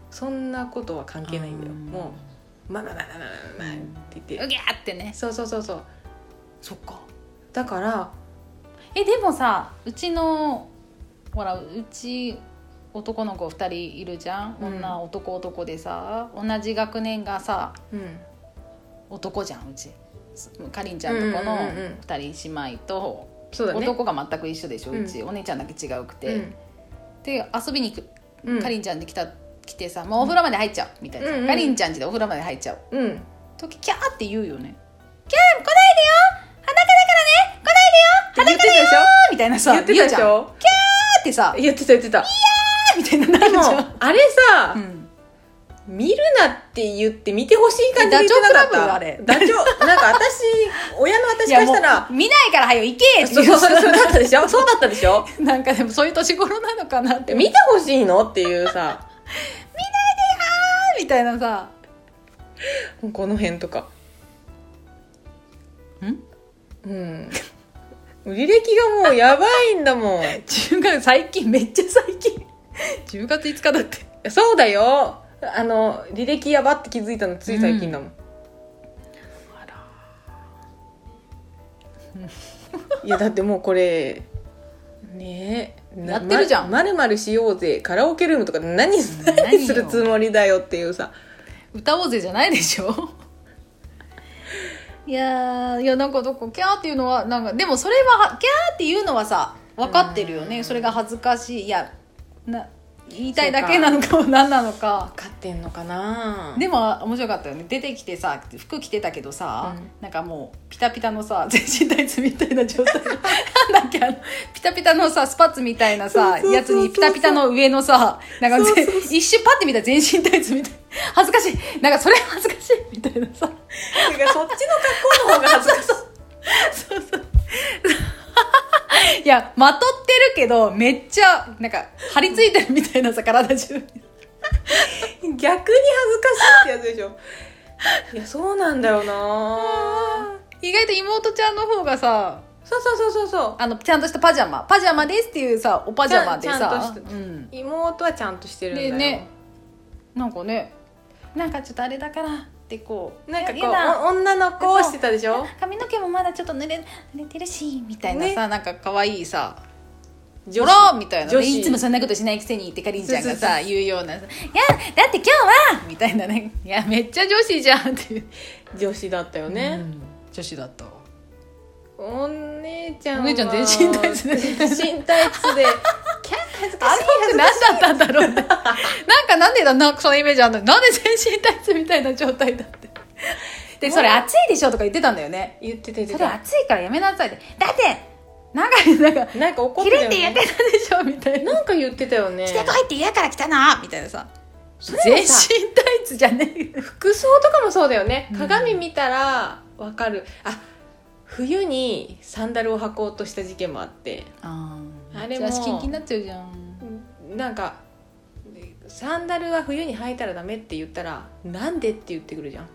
B: そんなことは関係ないんだよ
A: うん
B: もう「まあまあまあまあまあまあまあ」って言っ
A: うぎ
B: て
A: ゃーってね
B: そうそうそうそう
A: そっか
B: だから
A: えでもさうちのほらうち男の子2人いるじゃん
B: うん
A: 女、男男でさ同じ学年がさ
B: うん
A: 男じゃんうちかりんちゃんとこの
B: うんうんうんうん
A: 2人姉妹と、
B: そうだね
A: 男が全く一緒でしょ
B: う
A: う
B: ん
A: ち、お姉ちゃんだけ違うくて、
B: うん
A: で遊びに行く、
B: うん
A: かりんちゃんで来た来てさもうお風呂まで入っちゃうみたいなさ、
B: うんうん
A: かりんちゃんちでお風呂まで入っちゃう
B: うん
A: 時キャーって言うよね
B: 来ないでよ裸だからね来ないでよ
A: あ
B: 裸だよ
A: ーみたいなさ
B: 言ってたで
A: 言う
B: しょ言ってたでし
A: じゃん
B: ょ
A: あーってさ
B: 言ってた言ってた
A: あーみたいになる
B: で
A: じ
B: も
A: ゃん、
B: あれさ、
A: うん
B: 見るなって言って見てほしい感じで言ってなか
A: ダ
B: っ
A: チョウ倶楽部
B: た
A: あれ
B: ダチョウなんか私親の私からした
A: いやも
B: ら
A: う見ないからはよ行けって
B: そう
A: 言
B: そううそうそうだったでしょそうだったでしょ
A: なんかでもそういう年頃なのかなって
B: 見てほしいのっていうさ
A: みたいなさ
B: この辺とか
A: ん
B: うん履歴がもうやばいんだもんい
A: 10月最近めっちゃ最近10月5日だって
B: やそうだよあの履歴やばって気づいたのつい最近だもん、いやだってもうこれねえな
A: やってるじゃん
B: まるまるしようぜカラオケルームとか何す
A: 何よ
B: 何するつもりだよっていうさ
A: 歌おうぜじゃないでしょ いやーいやなんかどこキャーっていうのはなんかでもそれはキャーっていうのはさ分かってるよねそれが恥ずかしいいやな言いたいだけなのか何なのか
B: 分かってんのかな
A: でも面白かったよね出てきてさ服着てたけどさ、
B: うん
A: なんかもうピタピタのさ 全身タイツみたいな状態なんだっけあのピタピタのさスパッツみたいなさ
B: そうそうそうそう
A: やつにピタピタの上のさなんか
B: そうそう
A: 一瞬パッて見たら全身タイツみたい恥ずかしいなんかそれ恥ずかしいみたいなさ
B: てかそっちの格好の方が恥ずかしい
A: いやまとってるけどめっちゃなんか張り付いてるみたいなさ体中に
B: 逆に恥ずかしいってやつでしょいやそうなんだよ な
A: 意外と妹ちゃんの方がさ
B: そうそうそうそうそう
A: あのちゃんとしたパジャマパジャマですっていうさおパジャマでさ
B: ちゃんちゃんとした
A: うん
B: 妹はちゃんとしてるんだ
A: で
B: よ
A: ねなんかねなんかちょっとあれだからってこう
B: なんかこ
A: いややだ
B: うお女の子をしてたでしょ
A: 髪の毛もまだちょっと濡れ濡れてるしみたいなさ、なんか可愛いさ「
B: 女
A: ド
B: 子
A: ロー!」みたいなね、
B: 女子
A: いつもそんなことしないくせにってかりんちゃんが
B: そうそう
A: さ言うようなさ「いやだって今日は!」みたいなね「いやめっちゃ女子じゃん」っていう
B: 女子だったよね、
A: うん女子だったわ
B: お姉ちゃんは
A: お姉ちゃん全身タイツで
B: 全身タ イツでキャー恥ずか
A: あ
B: しい
A: れ僕何だったんだ ろうねなんかなんでだなんかそのイメージあるのになんで全身タイツみたいな状態だってでそれ暑いでしょとか言ってたんだよね
B: 言ってて言
A: そ
B: って
A: れ
B: た
A: 暑いからやめなさいってだってなんかなんか
B: なんか怒っ
A: 着
B: て
A: る
B: た
A: っ
B: よ
A: て言っ
B: ね
A: てたでしょみたいな
B: なんか言ってたよね
A: 着てこいって嫌 から来たなみたいなさ
B: れ
A: 全
B: も
A: 身
B: さ
A: タイツじゃねえ
B: 服装とかもそうだよね
A: うん
B: 鏡見たらわかる、あ冬にサンダルを履こうとした事件もあって
A: あ
B: ー
A: れも
B: めっちゃキンキンに
A: なっちゃうじゃん
B: なんかサンダルは冬に履いたらダメって言ったらなんでって言ってくるじゃん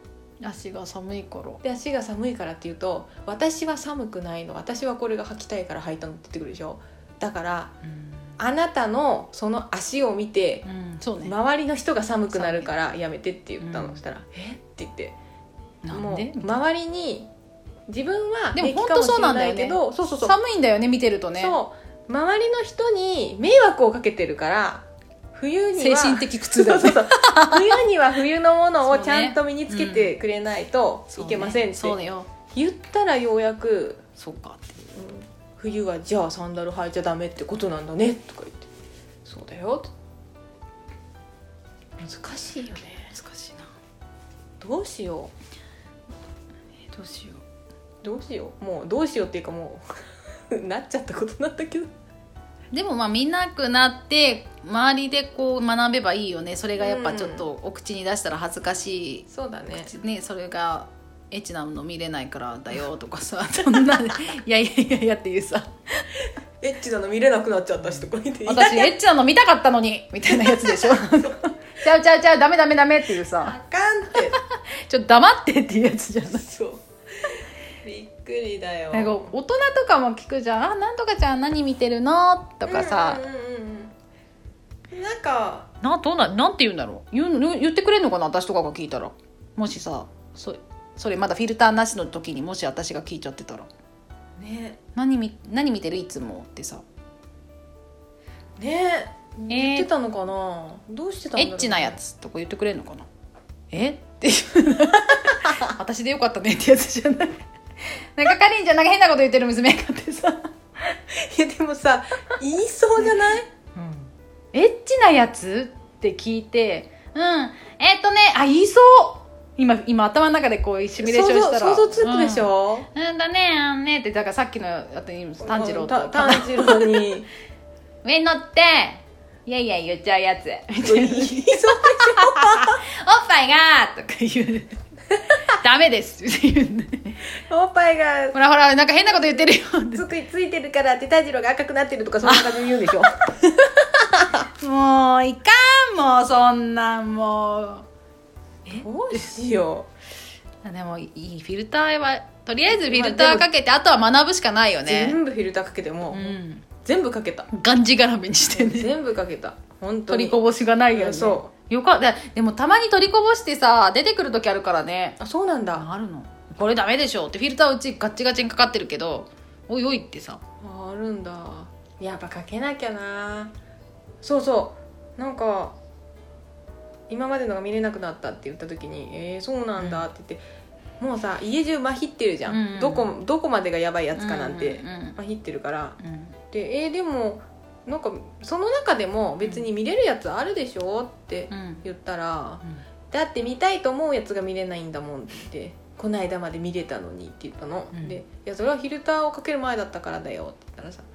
A: 足が寒いから
B: で足が寒いからって言うと私は寒くないの私はこれが履きたいから履いたのって言ってくるでしょだから
A: うん、
B: あなたのその足を見て
A: そうね、
B: 周りの人が寒くなるからやめてって言ったの、
A: うん
B: したら「えっ?」て言って
A: なんで
B: もう周りに自分は
A: でも
B: 平気
A: 本
B: か
A: 当
B: もし
A: そう
B: れ
A: なんだ
B: な
A: よ
B: いけ
A: ね
B: どそうそうそう
A: 寒いんだよね見てるとね
B: そう周りの人に迷惑をかけてるから冬に
A: 精
B: は
A: 神的苦痛だ
B: そう
A: よ
B: そう
A: ね
B: そう冬には冬のもの
A: そ
B: を
A: うね
B: ちゃんと身につけてくれないと いけませんって
A: そうねよ
B: 言ったらようやく
A: そうかって
B: 「うん冬はじゃあサンダル履いちゃダメってことなんだね」とか言って「そうだよ」難しいよね
A: 難しいな
B: どうしよ
A: えどうしよう
B: うどうしようもうどうしようっていうかもう なっちゃったことなんだけど
A: でもまあ見なくなって周りでこう学べばいいよねそれがやっぱちょっとお口に出したら恥ずかしい
B: そうだね
A: ね、それがエッチなの見れないからだよとかさ そんな「いやいやいやいや」っていうさ
B: エッチなの見れなくなっちゃったしとか言っ
A: 「
B: て
A: 私エッチなの見たかったのに」みたいなやつでし ょ「ちゃうちゃうちゃうダメダメダメ」っていうさ
B: あかんって
A: 「ちょっと黙って」っていうやつじゃない
B: そうびっくりだよ
A: なんか大人とかも聞くじゃん「あなんとかちゃん何見てるの?」とかさ
B: うんうんうんうんなんか
A: などうななんて言うんだろう言うの言ってくれるのかな私とかが聞いたらもしさそそれまだフィルターなしの時にもし私が聞いちゃってたら
B: ね
A: 「何み何見てるいつも」ってさ
B: ね
A: ー
B: 言ってたのかなどうし
A: 「
B: てたん
A: エ
B: だろう
A: ッチなやつ」とか言ってくれるのかなえっていう 私でよかったねってやつじゃない なんかかりんちゃんなんか変なこと言ってる娘がってさ
B: いやでもさ言いそうじゃない
A: エッチなやつって聞いて、うん、えっ、とね、あ、言いそう今、今頭の中でこうシミュレー
B: 想
A: ションし
B: 像
A: たら。
B: 想像つくでしょ、
A: うん。うんだね、あんねって、だからさっきの、あと今、炭治郎と
B: た、炭治 郎に
A: 上に乗って、いやいや言っちゃう やつ。みたい
B: 言い
A: な
B: そうでし
A: おっぱいがとか言う。ダメです って言うんだね
B: ょおっぱいが
A: ほらほら、なんか変なこと言ってるよって
B: つくついてるからって炭治郎が赤くなってるとかそんな感じで言うんでしょ
A: もう、いかん、もう、そんなん、もう。
B: どうしよ
A: あでもいいフィルターはとりあえずフィルターかけてあとは学ぶしかないよ
B: う、
A: ね、
B: 全部フィルターかけても、
A: うん、
B: 全部かけた
A: がんじがらめにして ね
B: 全部かけた本当
A: 取
B: に
A: りこぼしがないよね、
B: うんそう
A: よかででもたまに取りこぼしてさ出てくる時あるからね
B: あそうなんだ
A: あるのこれダメでしょってフィルターうちガッチガチにかかってるけどおいおいってさ
B: ああるんだやっぱかけなきゃなそうそうなんか今までのが見れなくなったって言った時に「えー、そうなんだ」って言って、もうさ家中まひってるじゃん、
A: うんうん
B: どこどこまでがやばいやつかなんて、
A: うんうん
B: まひってるから
A: うんうん
B: で「えー、でもなんかその中でも別に見れるやつあるでしょ?」って
A: うん
B: 言ったら
A: うん
B: 「だって見たいと思うやつが見れないんだもん」って言って「この間まで見れたのに」って言ったの、
A: うん
B: で「いやそれはフィルターをかける前だったからだよ」って言ったらさ「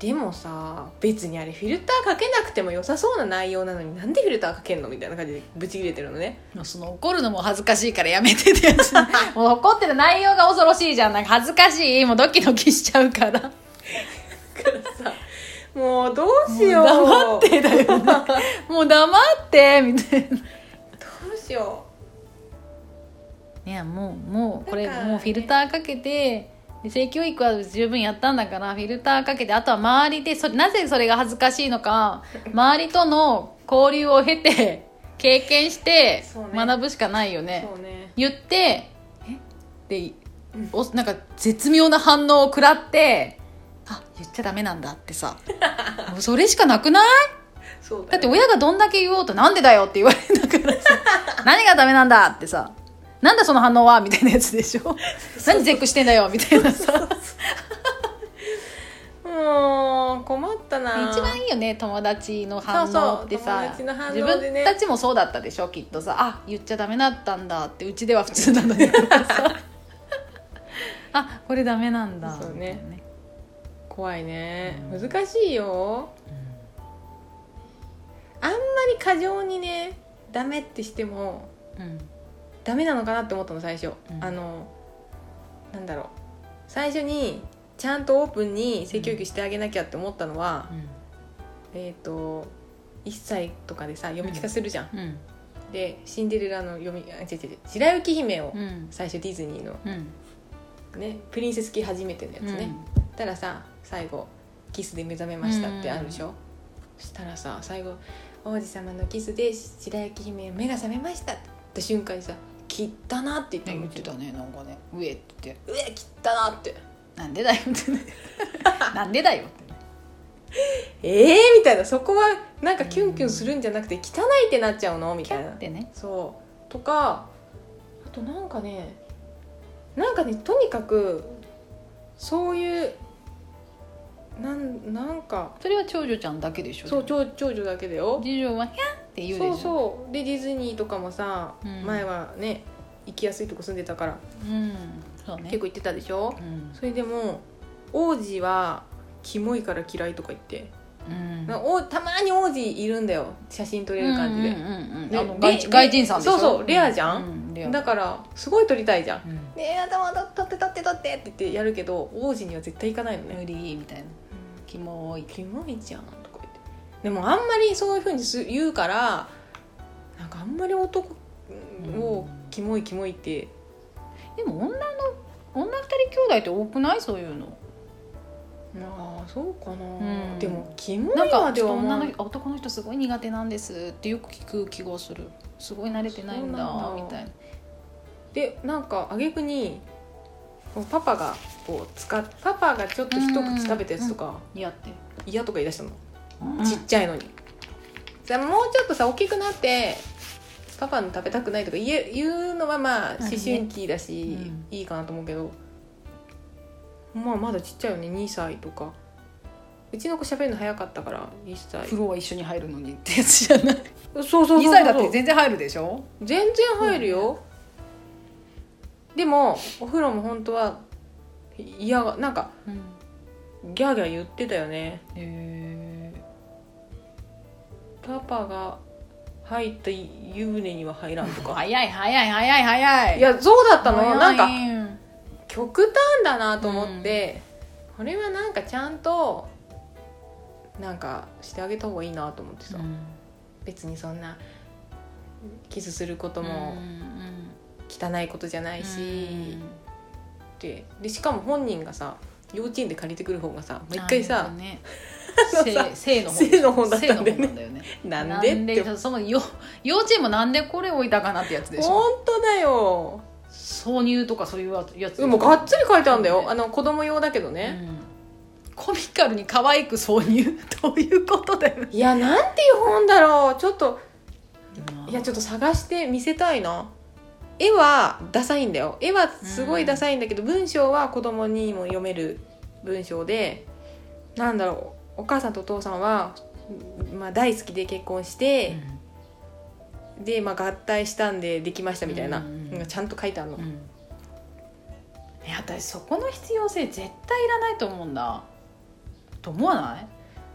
B: でもさ別にあれフィルターかけなくても良さそうな内容なのになんでフィルターかけんの?」みたいな感じでブチ切れてるのね
A: もうその怒るのも恥ずかしいからやめてってやつもう怒ってる内容が恐ろしいじゃんなんか恥ずかしいもうドキドキしちゃうから
B: だからさもうどうしよう
A: もう黙ってだよねもう黙ってみたいな
B: どうしよう
A: いやもうもうこれ
B: だからね
A: もうフィルターかけてで性教育は十分やったんだからフィルターかけてあとは周りでそれなぜそれが恥ずかしいの か周りとの交流を経て経験して
B: そうね
A: 学ぶしかないよね
B: そうね
A: 言って「えっ?」ておなんか絶妙な反応を食らって「あ言っちゃダメなんだ」って さもうそれしかなくない
B: そう
A: だ
B: だ,、
A: って親がどんだけ言おうと「なんでだよ」って言われたから さ「何がダメなんだ」ってさ「なんだその反応は」みたいなやつでしょ「何絶句してんだよ」みたいなさ
B: もう困ったな
A: 一番いいよね友達の反
B: そう
A: 応
B: そう
A: ってさ
B: 友達の反応で
A: 自分
B: ね
A: たちもそうだったでしょきっとさ「あ言っちゃダメだったんだ」ってうちでは普通なの にとかさあこれダメなんだ
B: そう
A: み
B: ね
A: たいなね
B: 怖いね
A: うん
B: 難しいよあんまり過剰にねダメってしても
A: うん
B: ダメなのかなって思ったの最初、
A: うん
B: あのなんだろう最初にちゃんとオープンに性教育してあげなきゃって思ったのは、えっ、と1歳とかでさ読み聞かせるじゃん、
A: うんうん
B: でシンデレラの読みあ違う違う違う白雪姫を
A: うん
B: 最初ディズニーの
A: うん
B: ねプリンセス期初めてのやつね、たらさ最後「キスで目覚めました」ってあるでしょ、そしたらさ最後「王子様のキスで白雪姫目が覚めました」って言った瞬間にさ「切ったな」って言った
A: ね
B: の
A: 言ってたねなんかね「上」って
B: うえ切ったな」って
A: 「なんでだよ」ってね「なんでだよ」ってね
B: 「ええー」みたいなそこはなんかキュンキュンするんじゃなくて「汚い」ってなっちゃうのみ
A: キ
B: たい
A: ャ
B: な
A: ってね
B: そうとかあとなんかねなんかねとにかくそういうなんなんか
A: それは長女ちゃんだけでしょ
B: そう
A: でも
B: 長長女だけだよ
A: 次女は「ひゃん」って言うでし
B: そ
A: ょ
B: うそうでディズニーとかもさ、
A: うん
B: 前はね行きやすいとこ住んでたから
A: うんそうね
B: 結構行ってたでしょ
A: うん
B: それでも王子はキモいから嫌いとか言って、
A: うん
B: なおたまに王子いるんだよ写真撮れる感じで、
A: うんうんうん
B: で
A: あの
B: レ
A: 外人外人さんでしょ
B: そうそうレアじゃん
A: うんレア
B: だからすごい撮りたいじゃん
A: うん
B: 「ねえ頭取って取って取って」って言ってやるけど王子には絶対行かないのね
A: 無理みたいなキモい
B: キモいじゃんとか言ってでもあんまりそういうふうにす言うからなんかあんまり男をキモいキモいって
A: でも女の女二人兄弟って多くないそういうの
B: まあそうかな、
A: ん
B: でもキモい
A: なん
B: ま
A: か
B: で
A: ちょっ
B: は
A: と
B: 思わ
A: 女
B: ない
A: の人男の人すごい苦手なんですってよく聞く気がするすごい慣れてないんだ
B: そうなん
A: み
B: だ
A: たいな
B: でなんか挙句にこうパパがこう使っパパがちょっと一口食べたやつとか
A: 似合って
B: 嫌とか言い出したの、
A: ち
B: ちっちゃいのにじゃあもうちょっとさ大きくなってパパの食べたくないとか言え言うのはまあ
A: まあ
B: 思
A: ね
B: 春期だし、
A: うん
B: いいかなと思うけどまあまだちっちゃいよね2歳とかうちの子喋るの早かったから1歳
A: 風呂は一緒に入るのにってやつじゃない
B: そうそうそうそう
A: 2歳だって全然入るでしょ
B: 全然入るよ、でもお風呂も本当はいやがなんかギャーギャー言ってたよね
A: へ
B: パパが入った湯船には入らんと
A: ー
B: か
A: 早い早い早い早い
B: いやそうだったの
A: 早い
B: なんか極端だなと思って、これはなんかちゃんとなんかしてあげた方がいいなと思ってさ、
A: うん
B: 別にそんなキスすること
A: う
B: も
A: ん
B: 汚いことじゃな
A: うん
B: いし、ってでしかも本人がさ幼稚園で借りてくる方がさもう一回
A: あ
B: さ
A: のね
B: あのさ
A: 性の
B: 性の方だったんだよね
A: 性の方よね
B: なんでって
A: なんでそのよ幼稚園もなんでこれ置いたかなってやつでしょ
B: 本当だよ
A: 挿入とかそういうやつ
B: でもがっつり書いてあるんだよ
A: ね
B: あの子供用だけど
A: う
B: ね、
A: んコミカルに可愛く挿入どういうことだよね
B: いやなんていう本だろうちょっといや
A: ち
B: ちょっと探して見せたいな絵はダサいんだよ絵はすごいダサいんだけど、文章は子供にも読める文章でなんだろうお母さんとお父さんは、まあ、大好きで結婚して、で、まあ、合体したんでできましたみたい
A: う
B: な、
A: んうんうん
B: なんかちゃんと書いてあるの、
A: いや私そこの必要性絶対いらないと思うんだと思わない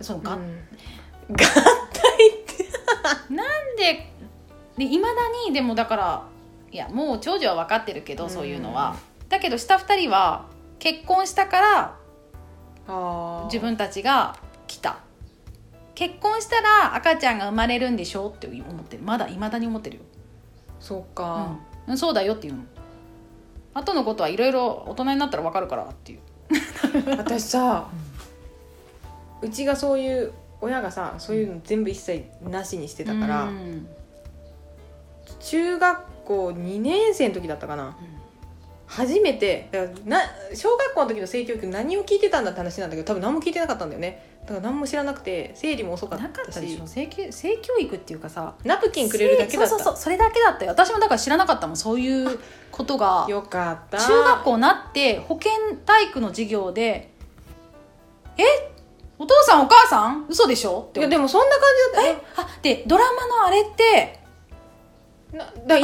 A: そのが、
B: うん
A: なんでいまだにでもだからいやもう長女は分かってるけど、
B: うん
A: そういうのはだけど下2人は結婚したから
B: あー
A: 自分たちが来た結婚したら赤ちゃんが生まれるんでしょって思ってるまだいまだに思ってるよ
B: そうか、
A: うん、そうだよっていうの後のことはいろいろ大人になったら分かるからっていう
B: 私さ、うちがそういう親がさそういうの全部一切なしにしてたから、
A: うん
B: 中学校2年生の時だったかな初めてだからな小学校の時の性教育何を聞いてたんだって話なんだけど多分何も聞いてなかったんだよねだから何も知らなくて生理も遅かったし
A: なかったでしょ性教性教育っていうかさ
B: ナプキンくれるだけだった
A: そうそうそうそれだけだったよ私もだから知らなかったもんそういうことが
B: よかった
A: 中学校になって保健体育の授業で「えお父さんお母さん嘘でしょ?」って
B: い
A: 思っ
B: やでもそんな感じだったよ
A: たあでドラマのあれって
B: なだからい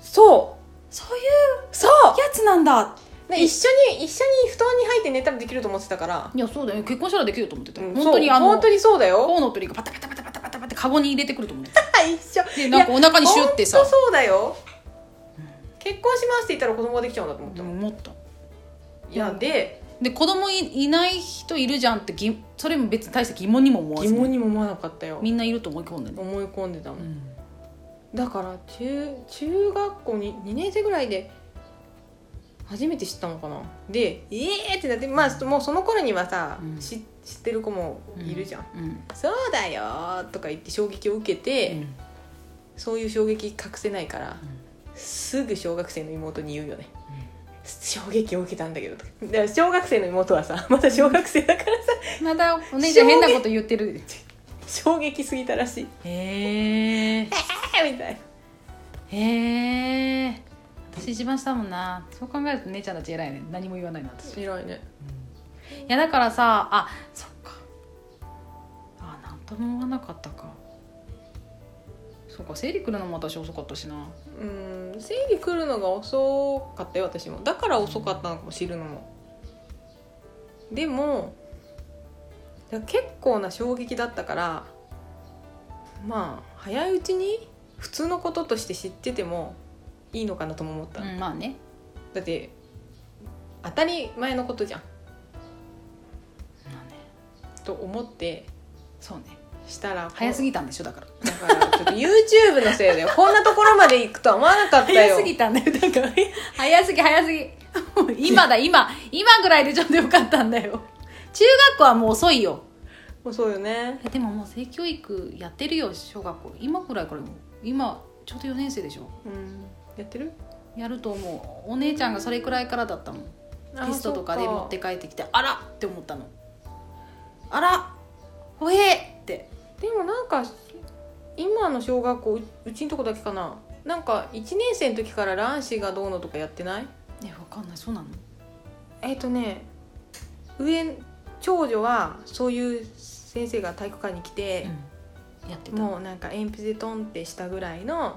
B: そう
A: そういう
B: そう
A: やつなんだ
B: ね一緒に一緒に布団に入って寝たらできると思ってたから、
A: いやそうだよ結婚したらできると思ってたよ、
B: うん
A: 本当に
B: そう
A: あの
B: 本当にそうだよ
A: コウノトリがパタパタパタパタパタパタカゴに入れてくると思ってた
B: 一
A: で
B: 緒
A: なんかお腹にシュってさ
B: 本当そうだよ結婚しますって言ったら子供ができちゃうんだと思ったもん
A: 思った
B: いやで
A: で子供いいない人いるじゃんってぎそれも別に大した疑問にも思わ
B: 疑
A: ず
B: 問にも思わなかったよ
A: みんないると思い込んでね、
B: 思い込んでたも
A: うんん
B: だから中中学校に2年生ぐらいで初めて知ったのかなで「えー!」ってなってまあもうその頃にはさ、
A: うん
B: 知知ってる子もいるじゃん「
A: うん
B: そうだよー」とか言って衝撃を受けて、そういう衝撃隠せないから、すぐ小学生の妹に言うよね、衝撃を受けたんだけどとかだから小学生の妹はさまだ小学生だからさ
A: またお姉ちゃん変なこと言ってる
B: 衝撃すぎたらしい
A: へえ
B: 「えー!」みたいな
A: へえ私一番下だもんなそう考えると姉ちゃんたち偉いね何も言わないな私
B: 偉いね
A: いやだからさあそっかあなんとも思わなかったかそうか生理来るのも私遅かったしな
B: うん生理来るのが遅かったよ私もだから遅かったのかも知るのもでもだ結構な衝撃だったからまあ早いうちに普通のこととして知っててもいいのかなとも思った、
A: うんまあね
B: だって当たり前のことじゃん
A: まあね
B: と思って
A: そうね
B: したら
A: 早す
B: ぎ
A: ぎたんでしょだから
B: だからちょっと YouTube のせいだよこんなところまで行くとは思わなかったよ
A: 早すぎたんだよだから 早すぎ早すぎもう今だ今今ぐらいでちょうどよかったんだよ中学校はもう遅いよ
B: もうそうよね
A: えでももう性教育やってるよ小学校今くらいからもう今ちょうど4年生でしょ
B: うんやってる
A: やると思うお姉ちゃんがそれくらいからだったもんテストとかで持って
B: あ
A: 帰ってきてあらって思ったのあらほえって
B: そっかでもなんか今の小学校ううちのとこだけかななんか1年生の時から卵子がどうのとかやってない
A: えわかんないそうなの
B: えっ、とね上長女はそういう先生が体育館に来て、
A: うんやってた
B: もうなんか鉛筆でトンってしたぐらいの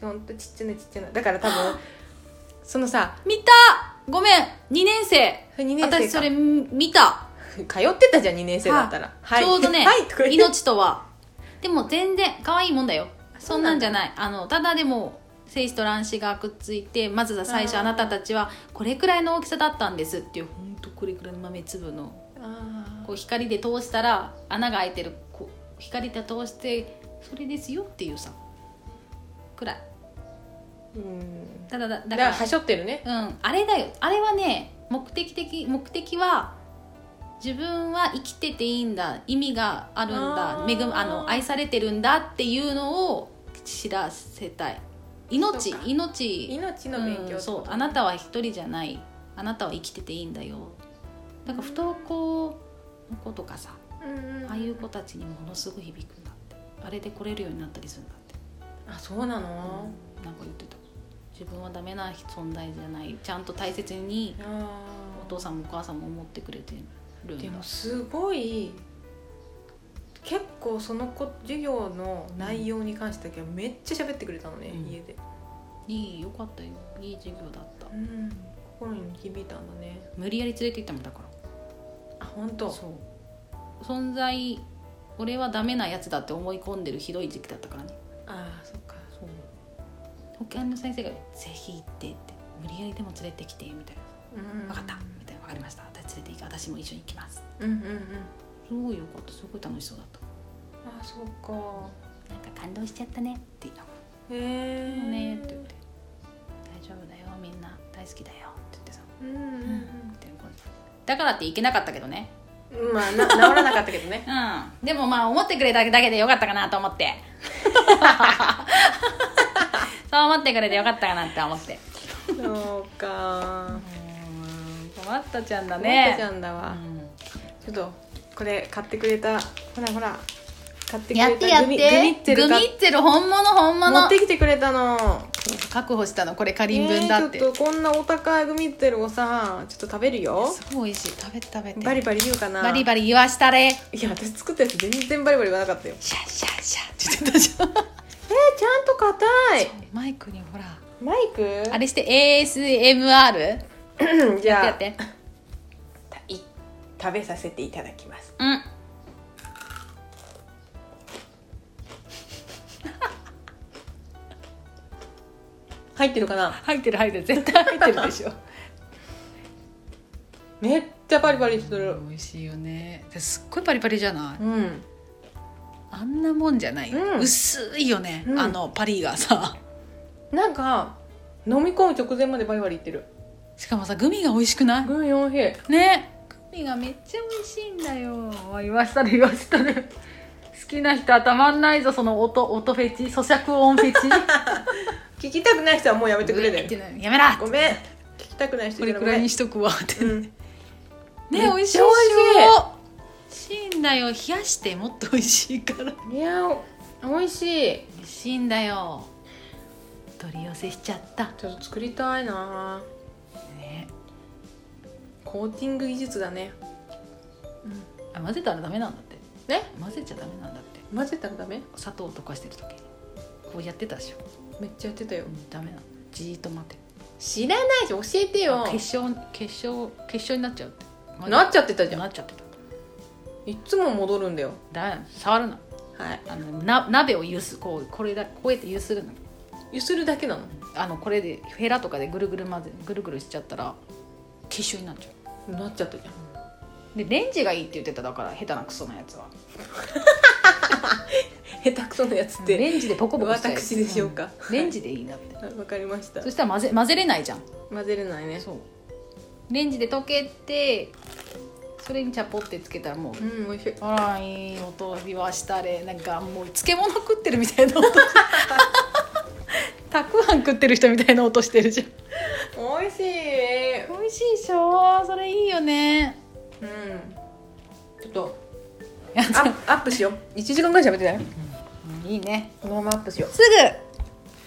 B: ほんとちっちゃなちっちゃなだから 多分そのさ
A: 見たごめん2年生
B: 2年生か
A: 私それ見た
B: 通ってたじゃん2年生だったら、はい
A: ちょうどね、
B: はいとか言って
A: 命とはでも全然可愛いもんだよそんなんじゃないあのただでも精子と卵子がくっついてまずは最初
B: あー
A: あなたたちはこれくらいの大きさだったんですっていうほんとこれくらいの豆粒の
B: あ
A: こう光で通したら穴が開いてるこう光で通してそれですよっていうさくらい
B: ーうん
A: ただだ
B: だ
A: だ
B: か
A: から
B: らはしょってるね
A: うん、あれだよあれはね目的的目的は自分は生きてていいんだ意味があるんだ
B: あー
A: 恵むあの愛されてるんだっていうのを知らせたい命
B: そうか
A: 命
B: 命の勉強ってこと、
A: うん、そうあなたは一人じゃないあなたは生きてていいんだよだから不登校の子とかさ
B: うんうん
A: ああいう子たちにものすごい響くんだってあれで来れるようになったりするんだって
B: あそう
A: な
B: なの、
A: んか言ってた自分はダメな存在じゃないちゃんと大切に
B: あ
A: お
B: ー
A: 父さんもお母さんも思ってくれてるん
B: で
A: だ
B: もすごい結構その子授業の内容に関してだけはめっちゃ喋ってくれたのね、
A: うん
B: 家で、
A: いいよかったよいい授業だった
B: うん、心に響いたんだね
A: 無理やり連れて行ったもんだから
B: あ本当
A: そう存在俺はダメなやつだって思い込んでるひどい時期だったからね
B: あーそっか
A: そう保健の先生が「ぜひ行って」って無理やりでも連れてきてみたいな
B: うん
A: 「分かった」みたいな「分かりました私連れて行く私も一緒に行きます
B: うんうんうん」
A: すごいよかったすごい楽しそうだっ
B: あそうか
A: たなんか感動しちゃったねって言った
B: へえ
A: もんねって言って「大丈夫だよみんな大好きだよ」って言ってさ
B: うんうん
A: だからって行けなかったけどね
B: うん、まあな 治らなかったけどね
A: うんでもまあ思ってくれただけでよかったかなと思って そう思ってくれてよかったかなって思って
B: そうか
A: 困ったちゃんだ
B: ね
A: ね
B: ちゃんだ
A: う
B: わ、
A: ん
B: ちょっとこれ買ってくれたほらほら買ってく
A: やっ
B: れ
A: てやっ
B: たグミグミって
A: てグ
B: る
A: ミ
B: か
A: ってる本物本
B: 持
A: 物
B: ってきてくれたの
A: 確保したのこれか
B: えーちょっとこんなお高いグミってるをさちょっと食べるよ
A: すごい美味しい食べて食べて
B: バリバリ言うかな
A: バリバリ言わしたれ
B: いや私作ったやつ全然バリバリ言わなかったよ
A: シャッシャッシャッって言ってたじゃん
B: えー、ちゃんと硬い
A: マイクにほら
B: マイク
A: あれして ASMR?
B: れじゃあ
A: やってやって
B: たい食べさせていただきます
A: うん
B: 入ってるかな
A: 入ってる入ってる絶対入ってるでし ょ
B: めっちゃバリバリする
A: 美味しいよねですっごいパリパリじゃない
B: うん
A: あんなもんじゃない、
B: うん
A: 薄いよね、
B: うん
A: あのパリがさ
B: なんか飲み込む直前までバリバリいってる
A: しかもさグミが美味しくな
B: グミおいしい
A: いねグミがめっちゃ美味しいんだよ言わしたら言わしたね好きな人たまんないぞその音音フェチ咀嚼音フェ チ
B: 聞きたくない人はもうやめてくれ
A: ね
B: ね
A: やめろ
B: ごめん聞きたくない人
A: こ
B: じ
A: れ
B: ゃ
A: くらいに
B: し
A: しとくわって
B: う
A: ね
B: ん
A: 美
B: めっちゃ
A: 味しい
B: 美
A: 美味しいんだよ冷やしてもっと美味しいから
B: いやお美味しい
A: 美味しいんだよ取り寄せしちゃった
B: ちょっと作りたいな
A: ね
B: コーティング技術だね
A: あ混ぜたらダメなんだって
B: ね
A: 混ぜちゃダメなんだって
B: 混ぜたらダメ
A: 砂糖を溶かしてる時にこうやってたでしょ、
B: めっちゃやってたよ
A: うん、ダメなのじーっと待って
B: 知らないし教えてよ
A: 結晶結晶結晶になっちゃうって
B: なっちゃってたじゃん
A: なっちゃってた
B: いっつも戻るんだよ
A: だ触るな
B: はい
A: あのな鍋をゆすこうこれだこうやってゆするの
B: ゆするだけなの
A: あのこれでヘラとかでぐるぐる混ぜぐるぐるしちゃったら結晶になっちゃう
B: なっちゃったじゃん
A: でレンジがいいって言ってただから下手なクソなやつは
B: 下手くそなやつって
A: レンジでポコポコしたい
B: 私でしょうか
A: んレンジでいいなって
B: はいわかりました
A: そしたら混ぜ混ぜれないじゃん
B: 混ぜれないね
A: そうレンジで溶けてそれにチャポってつけたらもう
B: うん美味しい
A: あらいい音はしたれなんかもう漬物食ってるみたいな音たくあん食ってる人みたいな音してるじゃん
B: 美味しい
A: 美味しいでしょそれいいよね
B: うんちょっと
A: や
B: アップアップしよう一時間ぐらい喋ってない
A: いいね
B: このままアップしよう
A: すぐ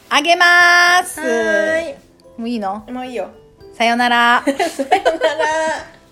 A: あげます
B: はー
A: もういいの
B: いもういいよ
A: さよなら
B: さよなら